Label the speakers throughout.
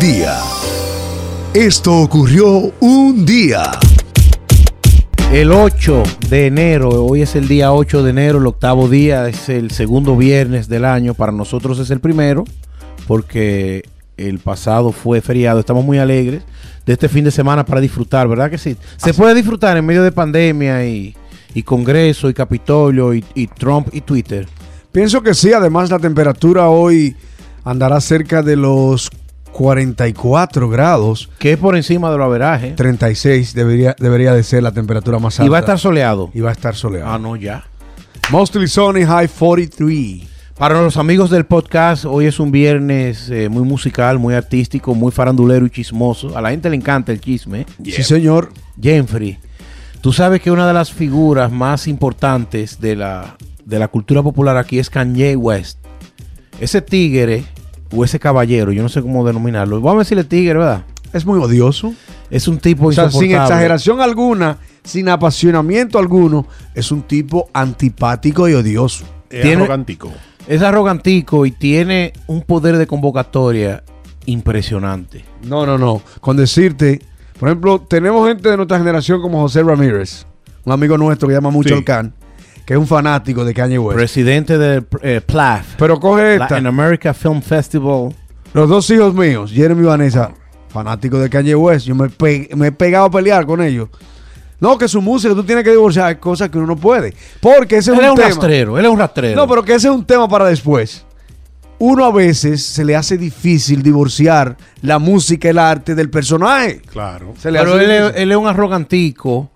Speaker 1: día. Esto ocurrió un día.
Speaker 2: El 8 de enero, hoy es el día 8 de enero, el octavo día, es el segundo viernes del año, para nosotros es el primero, porque el pasado fue feriado, estamos muy alegres de este fin de semana para disfrutar, ¿verdad que sí? Se puede disfrutar en medio de pandemia y, y Congreso y Capitolio y, y Trump y Twitter.
Speaker 3: Pienso que sí, además la temperatura hoy andará cerca de los 44 grados.
Speaker 2: Que es por encima de lo averaje.
Speaker 3: 36 debería, debería de ser la temperatura más alta.
Speaker 2: Y va a estar soleado.
Speaker 3: Y va a estar soleado.
Speaker 2: Ah, no, ya.
Speaker 3: Mostly sunny, high 43.
Speaker 2: Para los amigos del podcast, hoy es un viernes eh, muy musical, muy artístico, muy farandulero y chismoso. A la gente le encanta el chisme. ¿eh?
Speaker 3: Sí, señor.
Speaker 2: Jeffrey, tú sabes que una de las figuras más importantes de la, de la cultura popular aquí es Kanye West. Ese tigre o ese caballero, yo no sé cómo denominarlo. Vamos a decirle tigre, ¿verdad?
Speaker 3: Es muy odioso.
Speaker 2: Es un tipo
Speaker 3: O sea, sin
Speaker 2: insoportable.
Speaker 3: exageración alguna, sin apasionamiento alguno, es un tipo antipático y odioso.
Speaker 4: Es
Speaker 2: Tiene-
Speaker 4: arrogantico.
Speaker 2: Es arrogantico y tiene un poder de convocatoria impresionante.
Speaker 3: No, no, no. Con decirte, por ejemplo, tenemos gente de nuestra generación como José Ramírez, un amigo nuestro que llama mucho
Speaker 4: Sí.
Speaker 3: el Can, que es un fanático de Kanye West.
Speaker 2: Presidente del eh, PLAF,
Speaker 3: Pero coge esta.
Speaker 2: Latin America Film Festival.
Speaker 3: Los dos hijos míos, Jeremy y Vanessa, fanáticos de Kanye West, yo me, pe- me he pegado a pelear con ellos. No, que su música tú tienes que divorciar, es cosas que uno no puede. Porque ese es
Speaker 2: Él
Speaker 3: un,
Speaker 2: es un
Speaker 3: tema.
Speaker 2: rastrero, él es un rastrero.
Speaker 3: No, pero que ese es un tema para después. Uno a veces se le hace difícil divorciar la música, el arte del personaje.
Speaker 4: Claro.
Speaker 3: Se le
Speaker 2: Pero
Speaker 3: hace
Speaker 2: él, es-
Speaker 3: difícil.
Speaker 2: él es un arrogantico.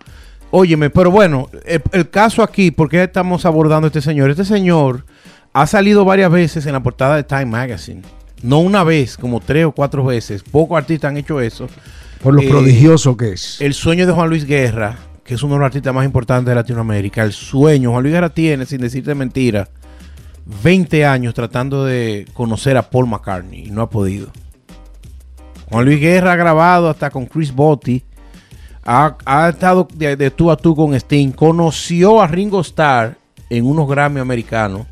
Speaker 2: Óyeme, pero bueno, el, el caso aquí, ¿por qué estamos abordando a este señor? Este señor ha salido varias veces en la portada de Time Magazine. No una vez, como tres o cuatro veces. Pocos artistas han hecho eso.
Speaker 3: Por lo
Speaker 2: eh,
Speaker 3: prodigioso que es.
Speaker 2: El sueño de Juan Luis Guerra, que es uno de los artistas más importantes de Latinoamérica, el sueño, Juan Luis Guerra tiene, sin decirte mentira, 20 años tratando de conocer a Paul McCartney y no ha podido. Juan Luis Guerra ha grabado hasta con Chris Botti, ha, ha estado de, de tú a tú con Sting, conoció a Ringo Starr en unos Grammy americanos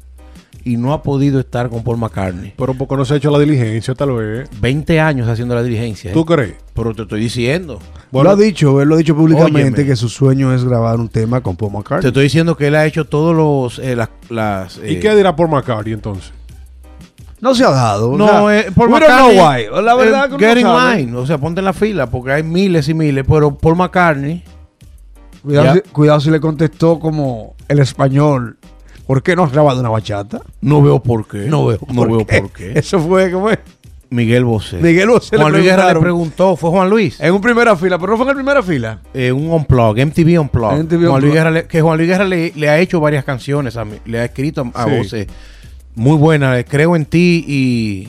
Speaker 2: y no ha podido estar con Paul McCartney.
Speaker 4: Pero poco no se ha hecho la diligencia, tal vez.
Speaker 2: 20 años haciendo la dirigencia. ¿eh?
Speaker 4: ¿Tú crees?
Speaker 2: Pero te estoy diciendo.
Speaker 3: lo ha dicho, él lo ha dicho públicamente
Speaker 2: Óyeme.
Speaker 3: que su sueño es grabar un tema con Paul
Speaker 2: Te
Speaker 3: McCartney.
Speaker 2: estoy diciendo que él ha hecho todos los. eh, las, las,
Speaker 4: ¿Y
Speaker 2: eh,
Speaker 4: qué dirá por McCartney entonces?
Speaker 3: No se ha dado.
Speaker 2: No,
Speaker 3: por
Speaker 2: eh, Paul
Speaker 3: we don't
Speaker 2: McCartney.
Speaker 3: know why. La verdad
Speaker 2: eh,
Speaker 3: que uno
Speaker 2: get in
Speaker 3: no sabe.
Speaker 2: line. O sea, ponte en la fila porque hay miles y miles. Pero Paul McCartney.
Speaker 3: Cuidado,
Speaker 2: Ya.
Speaker 3: si, cuidado si le contestó como el español. ¿Por qué no has grabado una bachata?
Speaker 2: No veo por qué.
Speaker 3: No veo.
Speaker 2: No veo por qué.
Speaker 3: Eso fue como es.
Speaker 2: Miguel Bosé.
Speaker 3: Miguel Bosé le
Speaker 2: Juan Luis Guerra le
Speaker 3: preguntaron.
Speaker 2: preguntó. Fue Juan Luis.
Speaker 3: En un primera fila, pero no fue en la primera fila.
Speaker 2: Eh, un unplug, MTV unplug.
Speaker 3: MTV
Speaker 2: Juan Luis
Speaker 3: Unplugged.
Speaker 2: Guerra le- que Juan Luis Guerra le, le ha hecho varias canciones a mí, le ha escrito a, a
Speaker 4: Sí.
Speaker 2: Bosé. Muy buena, eh, creo en ti y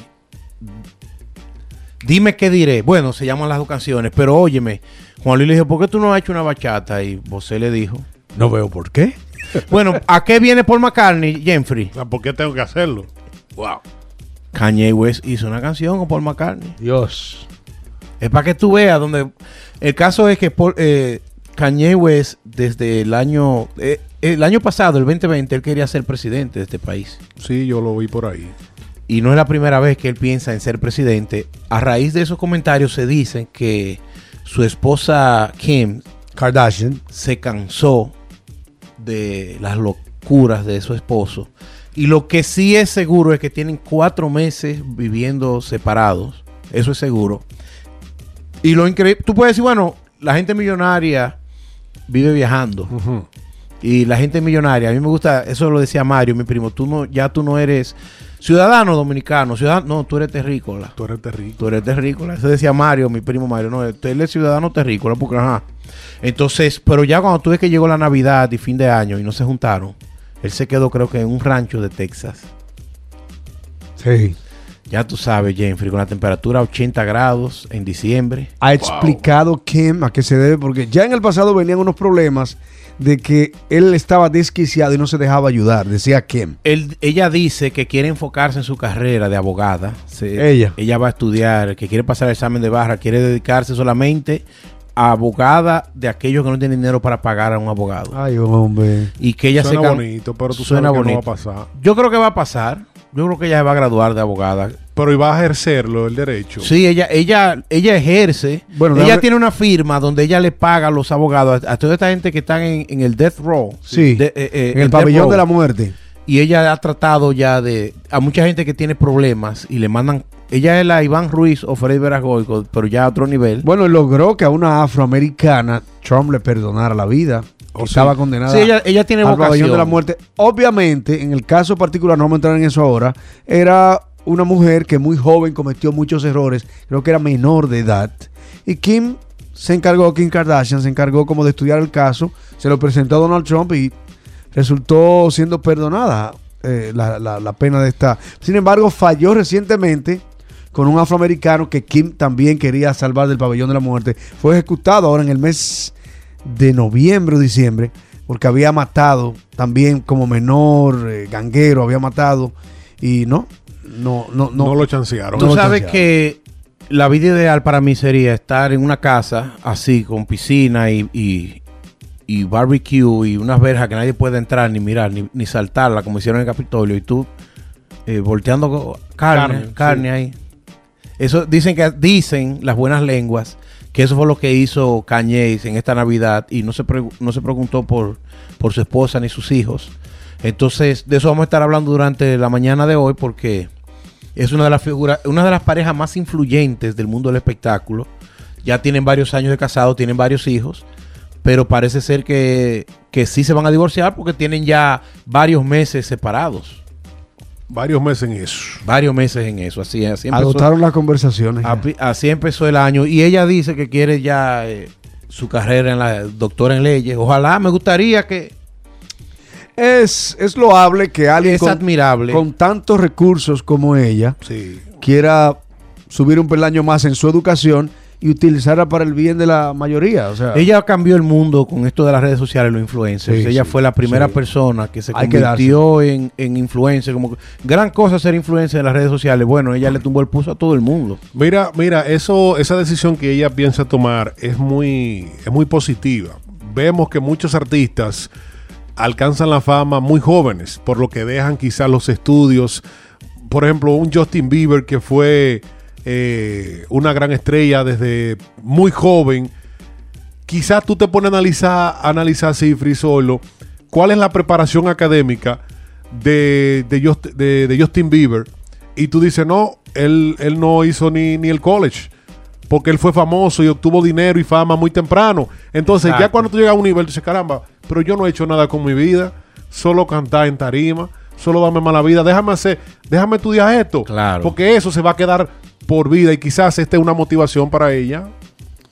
Speaker 2: dime qué diré. Bueno, se llaman las dos canciones, pero óyeme, Juan Luis le dijo, ¿por qué tú no has hecho una bachata? Y Bosé le dijo,
Speaker 3: No veo por qué.
Speaker 2: bueno, ¿a qué viene Paul McCartney, Jeffrey?
Speaker 4: O sea, ¿Por qué tengo que hacerlo?
Speaker 2: Kanye West hizo una canción con Paul McCartney.
Speaker 3: Dios.
Speaker 2: Es para que tú veas donde... El caso es que Paul, eh, Kanye West, desde el año... eh, el año pasado, el 2020, él quería ser presidente de este país.
Speaker 4: Sí, yo lo vi por ahí.
Speaker 2: Y no es la primera vez que él piensa en ser presidente. A raíz de esos comentarios se dice que su esposa Kim
Speaker 3: Kardashian.
Speaker 2: se cansó de las locuras de su esposo. Y lo que sí es seguro es que tienen cuatro meses viviendo separados. Eso es seguro. Y lo increíble, tú puedes decir, bueno, la gente millonaria vive viajando.
Speaker 4: Ujú.
Speaker 2: Y la gente millonaria, a mí me gusta, eso lo decía Mario, mi primo, tú no, ya tú no eres ciudadano dominicano, ciudadano, no, tú eres terrícola.
Speaker 4: Tú eres terrible.
Speaker 2: Tú eres terrícola. Eso decía Mario, mi primo Mario. No, usted es ciudadano terrícola, porque ajá. Entonces, pero ya cuando tú ves que llegó la Navidad y fin de año y no se juntaron, él se quedó, creo que en un rancho de Texas.
Speaker 3: Sí.
Speaker 2: Ya tú sabes, Jeffrey, con la temperatura a 80 grados en diciembre.
Speaker 3: Ha explicado Kim a qué se debe, porque ya en el pasado venían unos problemas de que él estaba desquiciado y no se dejaba ayudar, decía Kim.
Speaker 2: Él- ella dice que quiere enfocarse en su carrera de abogada. Se-
Speaker 3: Ella.
Speaker 2: Ella va a estudiar, que quiere pasar el examen de barra, quiere dedicarse solamente a abogada de aquellos que no tienen dinero para pagar a un abogado.
Speaker 3: Ay, hombre.
Speaker 2: Y que ella
Speaker 4: Ah. Suena
Speaker 2: se can-
Speaker 4: bonito, pero tú
Speaker 2: Suena
Speaker 4: sabes que no
Speaker 2: bonito.
Speaker 4: va a pasar.
Speaker 2: Yo creo que va a pasar. Yo creo que ella se va a graduar de abogada.
Speaker 4: Pero iba a ejercerlo el derecho.
Speaker 2: Sí, ella, ella, ella ejerce.
Speaker 3: Bueno,
Speaker 2: ella
Speaker 3: déjame-
Speaker 2: tiene una firma donde ella le paga a los abogados, a, a toda esta gente que están en, en el death row.
Speaker 3: Sí,
Speaker 2: De- eh, eh,
Speaker 3: en el
Speaker 2: death
Speaker 3: pabellón
Speaker 2: row.
Speaker 3: de la muerte.
Speaker 2: Y ella ha tratado ya de. A mucha gente que tiene problemas y le mandan. Ella es la Iván Ruiz o Freddy Veragoico, pero ya a otro nivel.
Speaker 3: Bueno, logró que a una afroamericana Trump le perdonara la vida.
Speaker 4: Oh,
Speaker 3: que
Speaker 4: sí.
Speaker 3: Estaba condenada
Speaker 2: sí, ella, ella tiene
Speaker 3: al pabellón
Speaker 2: vocación.
Speaker 3: de la muerte. Obviamente, en el caso particular, no vamos a entrar en eso ahora, era una mujer que muy joven cometió muchos errores, creo que era menor de edad. Y Kim se encargó, Kim Kardashian se encargó como de estudiar el caso, se lo presentó a Donald Trump y resultó siendo perdonada eh, la, la- la pena de esta. Sin embargo, falló recientemente con un afroamericano que Kim también quería salvar del pabellón de la muerte. Fue ejecutado ahora en el mes de noviembre o diciembre porque había matado también como menor, eh, ganguero, había matado y no, no, no,
Speaker 4: No,
Speaker 3: no.
Speaker 4: lo chancearon.
Speaker 2: Tú
Speaker 3: No,
Speaker 2: sabes
Speaker 3: chanceado.
Speaker 2: que la vida ideal para mí sería estar en una casa así, con piscina y, y- y barbecue y unas verjas que nadie puede entrar ni mirar, ni, ni saltarla, como hicieron en el Capitolio, y tú eh, volteando co- carne, carne,
Speaker 4: Carne,
Speaker 2: ahí. Eso dicen que dicen las buenas lenguas que eso fue lo que hizo Cañéis en esta Navidad y no se, pregu- no se preguntó por, por su esposa ni sus hijos. Entonces, de eso vamos a estar hablando durante la mañana de hoy porque es una de las figuras, una de las parejas más influyentes del mundo del espectáculo. Ya tienen varios años de casado, tienen varios hijos, pero parece ser que, que sí se van a divorciar porque tienen ya varios meses separados.
Speaker 4: Varios meses en eso.
Speaker 2: Varios meses en eso. Así, así empezó,
Speaker 3: Agotaron las conversaciones.
Speaker 2: api- así empezó el año. Y ella dice que quiere ya eh, su carrera en la doctora en leyes. Ojalá, me gustaría que
Speaker 3: Es, es loable que alguien
Speaker 2: es
Speaker 3: con,
Speaker 2: admirable.
Speaker 3: con tantos recursos como ella
Speaker 4: Sí.
Speaker 3: quiera subir un peldaño más en su educación y utilizarla para el bien de la mayoría. O sea,
Speaker 2: Ella cambió el mundo con esto de las redes sociales, los influencers.
Speaker 3: Sí,
Speaker 2: ella
Speaker 3: sí,
Speaker 2: fue la primera
Speaker 3: sí.
Speaker 2: persona que se
Speaker 3: Hay que
Speaker 2: convirtió en, en influencer. Como, que- gran cosa ser influencer en las redes sociales. Bueno, ella le tumbó el pulso a todo el mundo.
Speaker 4: Mira, mira, eso, esa decisión que ella piensa tomar es muy, es muy positiva. Vemos que muchos artistas alcanzan la fama muy jóvenes, por lo que dejan quizás los estudios. Por ejemplo, un Justin Bieber que fue eh, una gran estrella desde muy joven. Quizás tú te pones a analizar, a analizar Cifri solo, cuál es la preparación académica de, de, Just- de- de Justin Bieber. Y tú dices, no, él, él no hizo ni, ni el college. Porque él fue famoso y obtuvo dinero y fama muy temprano. Entonces, ya
Speaker 2: Exacto.
Speaker 4: cuando tú llegas a un nivel, tú dices, caramba, pero yo no he hecho nada con mi vida. Solo cantar en tarima. Solo darme mala vida. Déjame hacer, déjame estudiar esto.
Speaker 2: Claro.
Speaker 4: Porque eso se va a quedar por vida. Y quizás esta es una motivación para ella.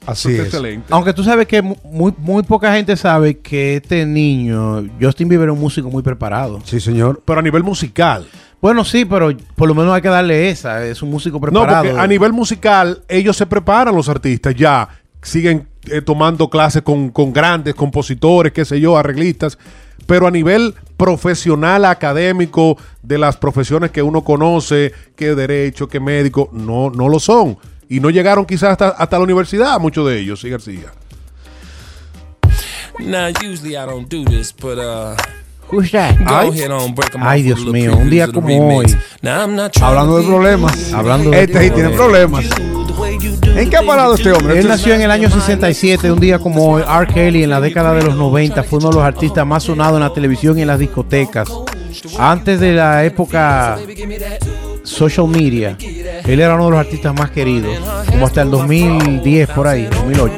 Speaker 3: así
Speaker 4: Está
Speaker 3: es.
Speaker 4: Excelente.
Speaker 2: Este. Aunque tú sabes que mu- muy, muy poca gente sabe que este niño, Justin Bieber, es un músico muy preparado.
Speaker 3: Sí, señor.
Speaker 4: Pero a nivel musical.
Speaker 2: Bueno, sí, pero por lo menos hay que darle esa. Es un músico preparado.
Speaker 4: No, porque a nivel musical ellos se preparan los artistas ya. Siguen eh, tomando clases con, con grandes compositores, qué sé yo, arreglistas. Pero a nivel profesional, académico, de las profesiones que uno conoce, que derecho, que médico, no, no lo son. Y no llegaron quizás hasta, hasta la universidad, muchos de ellos, sí, García.
Speaker 5: Now, usually I don't do this, but uh,
Speaker 2: Who's that?
Speaker 5: go
Speaker 2: Ay.
Speaker 5: ahead on break 'em
Speaker 2: Ay,
Speaker 5: off with
Speaker 2: Dios
Speaker 5: a little
Speaker 2: mío, un
Speaker 5: previews
Speaker 2: día
Speaker 5: of the
Speaker 2: como
Speaker 5: remix.
Speaker 2: hoy.
Speaker 5: Now, I'm not trying
Speaker 3: Hablando
Speaker 5: to
Speaker 3: de
Speaker 5: be
Speaker 3: problemas.
Speaker 2: Hablando de
Speaker 3: Este ahí tiene problemas.
Speaker 5: you, the way you do
Speaker 3: ¿En
Speaker 5: the
Speaker 3: qué ha
Speaker 5: thing
Speaker 3: parado
Speaker 5: you
Speaker 3: este
Speaker 5: do.
Speaker 3: hombre?
Speaker 2: Él nació en el año 67, un día como hoy. R. Kelly en la década de los 90 fue uno de los artistas más sonados en la televisión y en las discotecas. Antes de la época social media, él era uno de los artistas más queridos, como hasta el 2010 por ahí, 2008.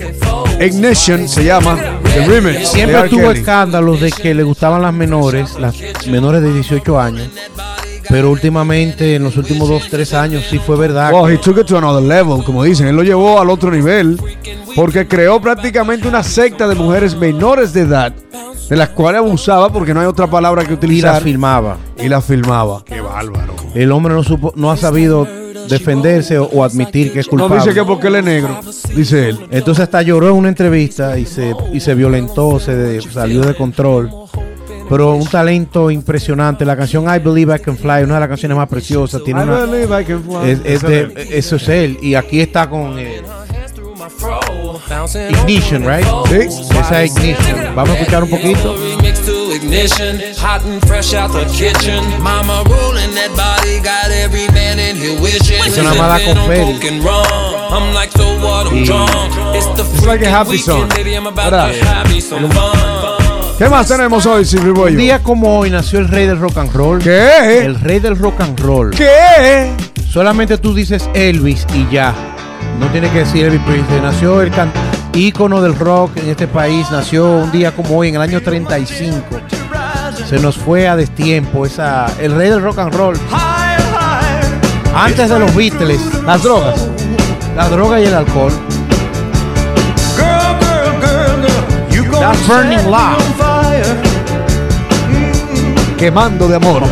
Speaker 3: Ignition se llama The Remix. de
Speaker 2: Siempre
Speaker 3: R.
Speaker 2: tuvo
Speaker 3: Kelly.
Speaker 2: escándalos de que le gustaban las menores, las menores de 18 años, pero últimamente en los últimos 2, 3 años sí fue verdad.
Speaker 3: Well, he took it to another level, como dicen. Él lo llevó al otro nivel porque creó prácticamente una secta de mujeres menores de edad, de las cuales abusaba porque no hay otra palabra que
Speaker 2: Y la
Speaker 3: utilizar.
Speaker 2: filmaba.
Speaker 3: y la filmaba.
Speaker 4: Qué bárbaro.
Speaker 2: El hombre no supo, no ha sabido defenderse o, o admitir que es
Speaker 3: No
Speaker 2: culpable.
Speaker 3: dice que porque él es negro, dice él.
Speaker 2: Entonces hasta lloró en una entrevista y se, y se violentó, se de- salió de control. Pero un talento impresionante. La canción I Believe I Can Fly, una de las canciones más preciosas. Tiene una, es, es de, eso es él. Y aquí está con eh, Ignition, right?
Speaker 3: Sí.
Speaker 2: Esa es Ignition. Vamos a escuchar un poquito.
Speaker 5: Remix to ignition. Hot and fresh out the kitchen. Mama rolling that body, got every man in here wishing.
Speaker 2: Eso nada más da con
Speaker 5: Sipping on
Speaker 2: Feli.
Speaker 5: coke and rum. I'm like, so what? I'm drunk. It's the
Speaker 3: It's like a
Speaker 5: freaking
Speaker 3: happy
Speaker 5: weekend,
Speaker 3: song.
Speaker 5: baby, I'm about
Speaker 3: ¿Verdad?
Speaker 5: to have me some fun.
Speaker 3: ¿Qué más tenemos hoy, Silvio
Speaker 2: Un
Speaker 3: Boyo?
Speaker 2: día como hoy nació el rey del rock and roll.
Speaker 3: ¿Qué?
Speaker 2: El rey del rock and roll.
Speaker 3: ¿Qué?
Speaker 2: Solamente tú dices Elvis y ya. No tienes que decir Elvis Presley. Nació el can ícono del rock en este país. Nació un día como hoy, en el año 35. Se nos fue a destiempo esa, el rey del rock and roll. Antes de los Beatles, las drogas. La droga y el alcohol. That burning love.
Speaker 3: Quemando de amor.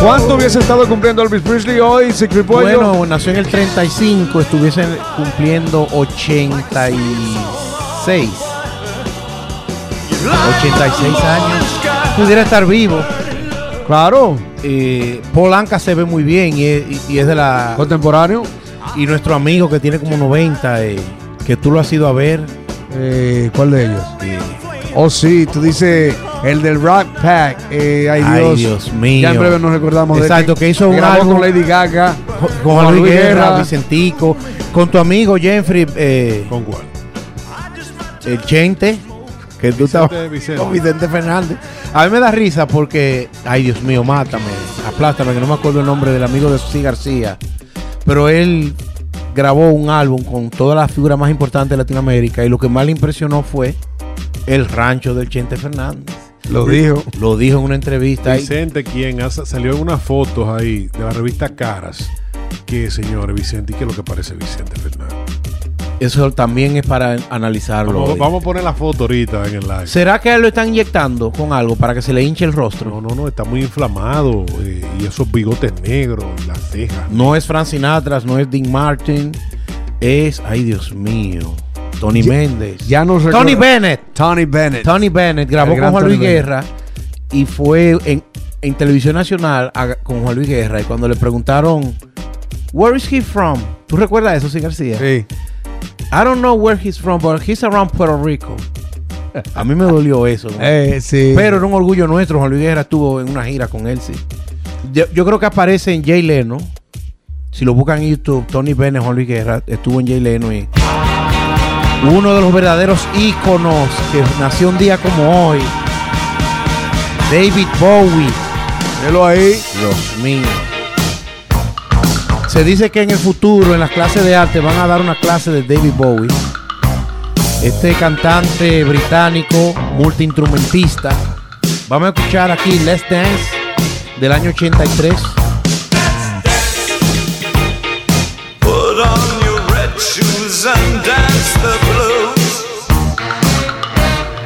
Speaker 3: ¿Cuánto hubiese estado cumpliendo Elvis Presley hoy, Silvio Boyo?
Speaker 2: Bueno, nació en el 35, estuviese cumpliendo 86. 86 años. Pudiera estar vivo.
Speaker 3: claro.
Speaker 2: Eh, Polanca se ve muy bien y es, y es de la.
Speaker 3: Contemporáneo.
Speaker 2: Y nuestro amigo que tiene como 90, eh, que tú lo has ido a ver.
Speaker 3: Eh, ¿Cuál de ellos? Oh, sí, tú dices el del Rock Pack. Eh, ay,
Speaker 2: Ay,
Speaker 3: Dios.
Speaker 2: Dios mío.
Speaker 3: Ya en breve nos recordamos
Speaker 2: Exacto,
Speaker 3: de
Speaker 2: que hizo un
Speaker 3: grabó
Speaker 2: álbum-
Speaker 3: con Lady Gaga,
Speaker 2: jo- Con Juan Luis Guerra, Vicentico, con tu amigo Jeffrey eh,
Speaker 4: ¿Con cuál?
Speaker 2: eh, Chente, que tú estabas-
Speaker 4: Vicente.
Speaker 2: Oh, Vicente Fernández. A mí me da risa porque, ay Dios mío, mátame, aplástame, que no me acuerdo el nombre del amigo de Susi García. Pero él grabó un álbum con todas las figuras más importantes de Latinoamérica y lo que más le impresionó fue el rancho del Chente Fernández.
Speaker 3: Lo dijo.
Speaker 2: Lo dijo en una entrevista. y-
Speaker 4: Vicente, quien ha- salió en unas fotos ahí de la revista Caras. Que señores, Vicente, ¿y qué es lo que parece Vicente Fernández?
Speaker 2: Eso también es para analizarlo.
Speaker 4: Vamos,
Speaker 2: hoy.
Speaker 4: vamos a poner la foto ahorita en el live.
Speaker 2: ¿Será que a él lo están inyectando con algo para que se le hinche el
Speaker 4: No,
Speaker 2: rostro?
Speaker 4: no, no, está muy inflamado. eh, y esos bigotes negros, y las cejas.
Speaker 2: No es Frank Sinatra, no es Dean Martin, es, ay Dios mío, Tony Méndez.
Speaker 3: Ya nos
Speaker 2: Tony
Speaker 3: recuerda-
Speaker 2: Bennett.
Speaker 3: Tony Bennett.
Speaker 2: Tony Bennett grabó
Speaker 3: El
Speaker 2: con
Speaker 3: gran
Speaker 2: Juan Luis
Speaker 3: Tony Bennett.
Speaker 2: Guerra y fue en, en televisión nacional a- con Juan Luis Guerra. Y cuando le preguntaron, ¿Where is he from? ¿Tú recuerdas eso, sí, García?
Speaker 3: Sí.
Speaker 2: I don't know where he's from, but he's around Puerto Rico. A mí me dolió eso. ¿no?
Speaker 3: Eh, sí.
Speaker 2: Pero era un orgullo nuestro. Juan Luis Guerra estuvo en una gira con él, sí. Yo, yo creo que aparece en Jay Leno. Si lo buscan en YouTube, Tony Bennett, Juan Luis Guerra, estuvo en Jay Leno y uno de los verdaderos íconos que nació un día como hoy. David Bowie.
Speaker 3: Velo ahí.
Speaker 2: Dios mío. Se dice que en el futuro, en las clases de arte, van a dar una clase de David Bowie. Este cantante británico, multiinstrumentista. Vamos a escuchar aquí Let's Dance del año 83.
Speaker 6: Put on your red shoes and dance the blues.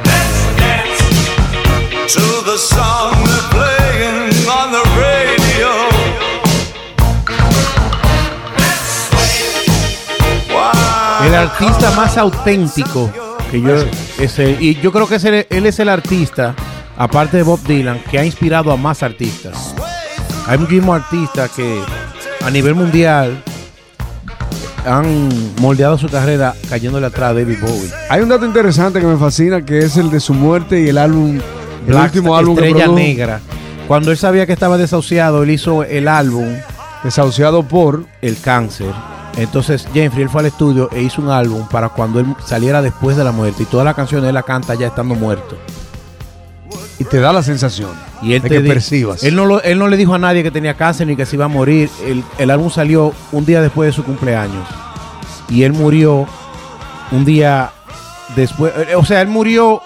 Speaker 6: Let's dance to the song they're playing on the radio. Why?
Speaker 2: El artista más auténtico que yo es él. Y yo creo que es el- él es el artista, aparte de Bob Dylan, que ha inspirado a más artistas. Hay muchísimos artistas que a nivel mundial han moldeado su carrera cayéndole atrás a David Bowie.
Speaker 3: Hay un dato interesante que me fascina, que es el de su muerte y el álbum, el
Speaker 2: Black
Speaker 3: último álbum que
Speaker 2: Estrella
Speaker 3: produjo,
Speaker 2: Negra. Cuando él sabía que estaba desahuciado, él hizo el álbum
Speaker 3: desahuciado por
Speaker 2: El Cáncer. Entonces Jeffrey, él fue al estudio e hizo un álbum para cuando él saliera después de la muerte. Y toda la canción él la canta ya estando muerto.
Speaker 3: y te da la sensación
Speaker 2: Y él
Speaker 3: de
Speaker 2: te
Speaker 3: que
Speaker 2: di-
Speaker 3: percibas.
Speaker 2: Él no, lo- él no le dijo a nadie que tenía cáncer ni que se iba a morir. El, el álbum salió un día después de su cumpleaños. Y él murió un día después. eh, O sea, él murió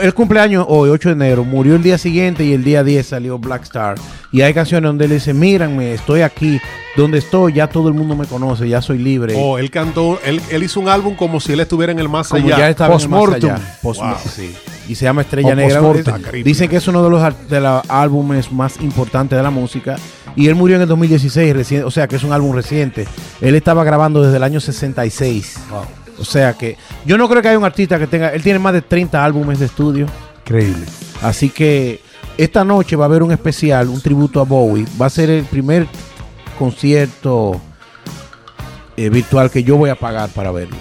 Speaker 2: el cumpleaños hoy, 8 de enero. Murió el día siguiente y el día 10 salió Black Star. Y hay canciones donde él dice, míranme, estoy aquí. Donde estoy, ya todo el mundo me conoce, ya soy libre.
Speaker 4: O Oh, él cantó, él, él hizo un álbum como si él estuviera en el más
Speaker 2: Como
Speaker 4: allá.
Speaker 2: ya estaba en el más
Speaker 3: Postmortem.
Speaker 2: allá. Postmo-
Speaker 4: Wow.
Speaker 2: sí. Y se llama Estrella
Speaker 3: O
Speaker 2: Negra.
Speaker 3: postmortem.
Speaker 2: Es- Dicen que es uno de los ar- de los álbumes más importantes de la música. Y él murió en el 2016, recién, o sea que es un álbum reciente. Él estaba grabando desde el año 66. O sea que yo no creo que haya un artista que tenga. Él tiene más de 30 álbumes de estudio.
Speaker 3: Increíble.
Speaker 2: Así que esta noche va a haber un especial, un tributo a Bowie. Va a ser el primer concierto eh, virtual que yo voy a pagar para verlo.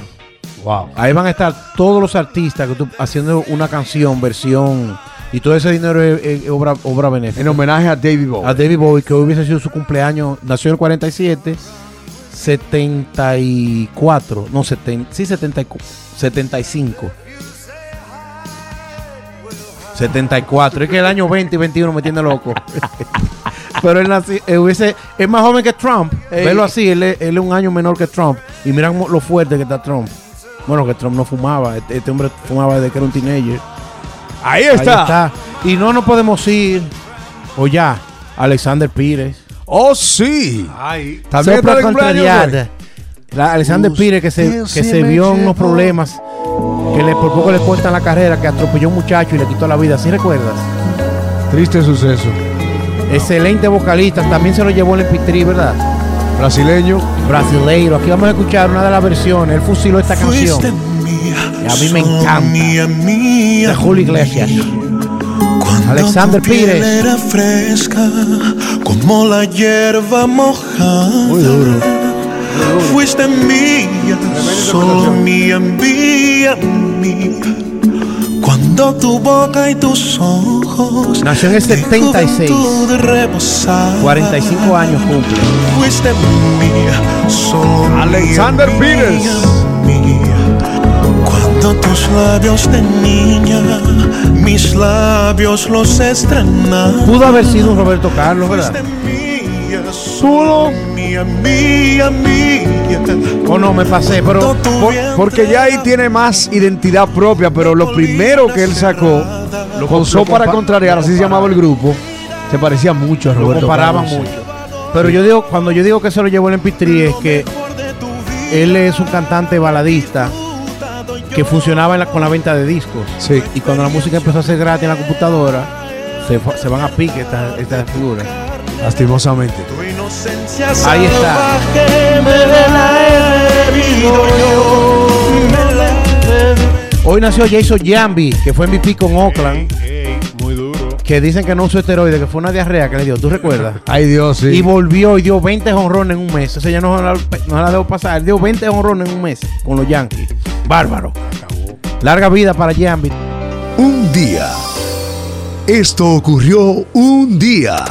Speaker 4: Wow.
Speaker 2: Ahí van a estar todos los artistas que tú haciendo una canción, versión, y todo ese dinero es, es obra, obra benéfica.
Speaker 3: En homenaje a David Bowie.
Speaker 2: A David Bowie, que hoy hubiese sido su cumpleaños, nació en el 47, 74, no, 70, sí, 74, 75. 74, es que el año 20 y 21 me tiene loco. Pero él, nació- él hubiese- es más joven que Trump.
Speaker 3: Ey.
Speaker 2: Velo así, él, es- él es un año menor que Trump. Y mira cómo- lo fuerte que está Trump. Bueno, que Trump no fumaba. Este, este hombre fumaba desde que era un teenager.
Speaker 3: Ahí
Speaker 2: Ahí está. Y no nos podemos ir. O ya, Alexander Pires.
Speaker 3: Oh, sí.
Speaker 4: Ay.
Speaker 3: También está
Speaker 2: Sopla
Speaker 3: de cumpleaños.
Speaker 2: contrariada. La Alexander
Speaker 3: Usted
Speaker 2: Pires que se, que
Speaker 3: se
Speaker 2: se
Speaker 3: me
Speaker 2: vio en unos
Speaker 3: llevó.
Speaker 2: problemas. Que le, por poco le cuesta la carrera, que atropelló a un muchacho y le quitó la vida. ¿Sí recuerdas?
Speaker 3: hoy. Triste suceso.
Speaker 2: Excelente vocalista. También se lo llevó el MP3, ¿verdad?
Speaker 3: Brasileño.
Speaker 2: brasileiro. Aquí vamos a escuchar una de las versiones. Él fusiló esta canción.
Speaker 6: Fuiste mía,
Speaker 2: Y a mí me
Speaker 6: solo
Speaker 2: encanta.
Speaker 6: Mía, mía,
Speaker 2: De Julio Iglesias.
Speaker 6: Cuando
Speaker 2: Alexander
Speaker 6: tu piel
Speaker 2: Pires.
Speaker 6: Era fresca como la hierba mojada. Fuiste mía, solo mía, mía, mía. Cuando tu boca y tus ojos.
Speaker 2: Nació en el
Speaker 6: de
Speaker 2: 76.
Speaker 6: juventud rebosaban.
Speaker 2: 45 años cumple.
Speaker 6: Fuiste pues mía, solo mía,
Speaker 3: Alexander
Speaker 6: mía,
Speaker 3: Pires.
Speaker 6: mía. Cuando tus labios de niña, mis labios los estrenaron.
Speaker 2: Pudo haber sido un Roberto Carlos,
Speaker 6: Fuiste
Speaker 2: ¿verdad?
Speaker 6: mía, solo mía, mía, mía.
Speaker 2: O no, me pasé, pero.
Speaker 6: Cuando tu
Speaker 3: Por-
Speaker 6: vientre
Speaker 3: porque ya ahí tiene más identidad propia, pero lo primero que él sacó,
Speaker 6: cerrada,
Speaker 3: con So para
Speaker 2: compa-
Speaker 3: contrariar,
Speaker 2: lo
Speaker 3: así se llamaba el grupo, se parecía mucho a
Speaker 2: Lo
Speaker 3: Roberto
Speaker 2: comparaban
Speaker 3: Carlos.
Speaker 2: mucho. Pero yo digo, cuando yo digo que se lo llevó el MP3 es que él es un cantante baladista que funcionaba en la- con la venta de discos.
Speaker 3: Sí.
Speaker 2: Y cuando la música empezó a ser gratis en la computadora, se, fu- se van a pique estas estas figuras.
Speaker 3: Lastimosamente.
Speaker 6: Tu inocencia
Speaker 2: Ahí está.
Speaker 6: salvaje me la he bebido yo. Me la he
Speaker 2: Hoy nació Jason Jambi, que fue MVP con Oakland,
Speaker 4: Ey, ey, muy duro.
Speaker 2: que dicen que no usó esteroides, que fue una diarrea que le dio. ¿Tú recuerdas?
Speaker 3: Ay Dios, sí.
Speaker 2: Y volvió y dio 20 honrones en un mes. Eso ya no, la- no la debo pasar. Él dio 20 honrones en un mes con los Yankees. Bárbaro. Larga vida para Jambi.
Speaker 1: Un día. Esto ocurrió un día.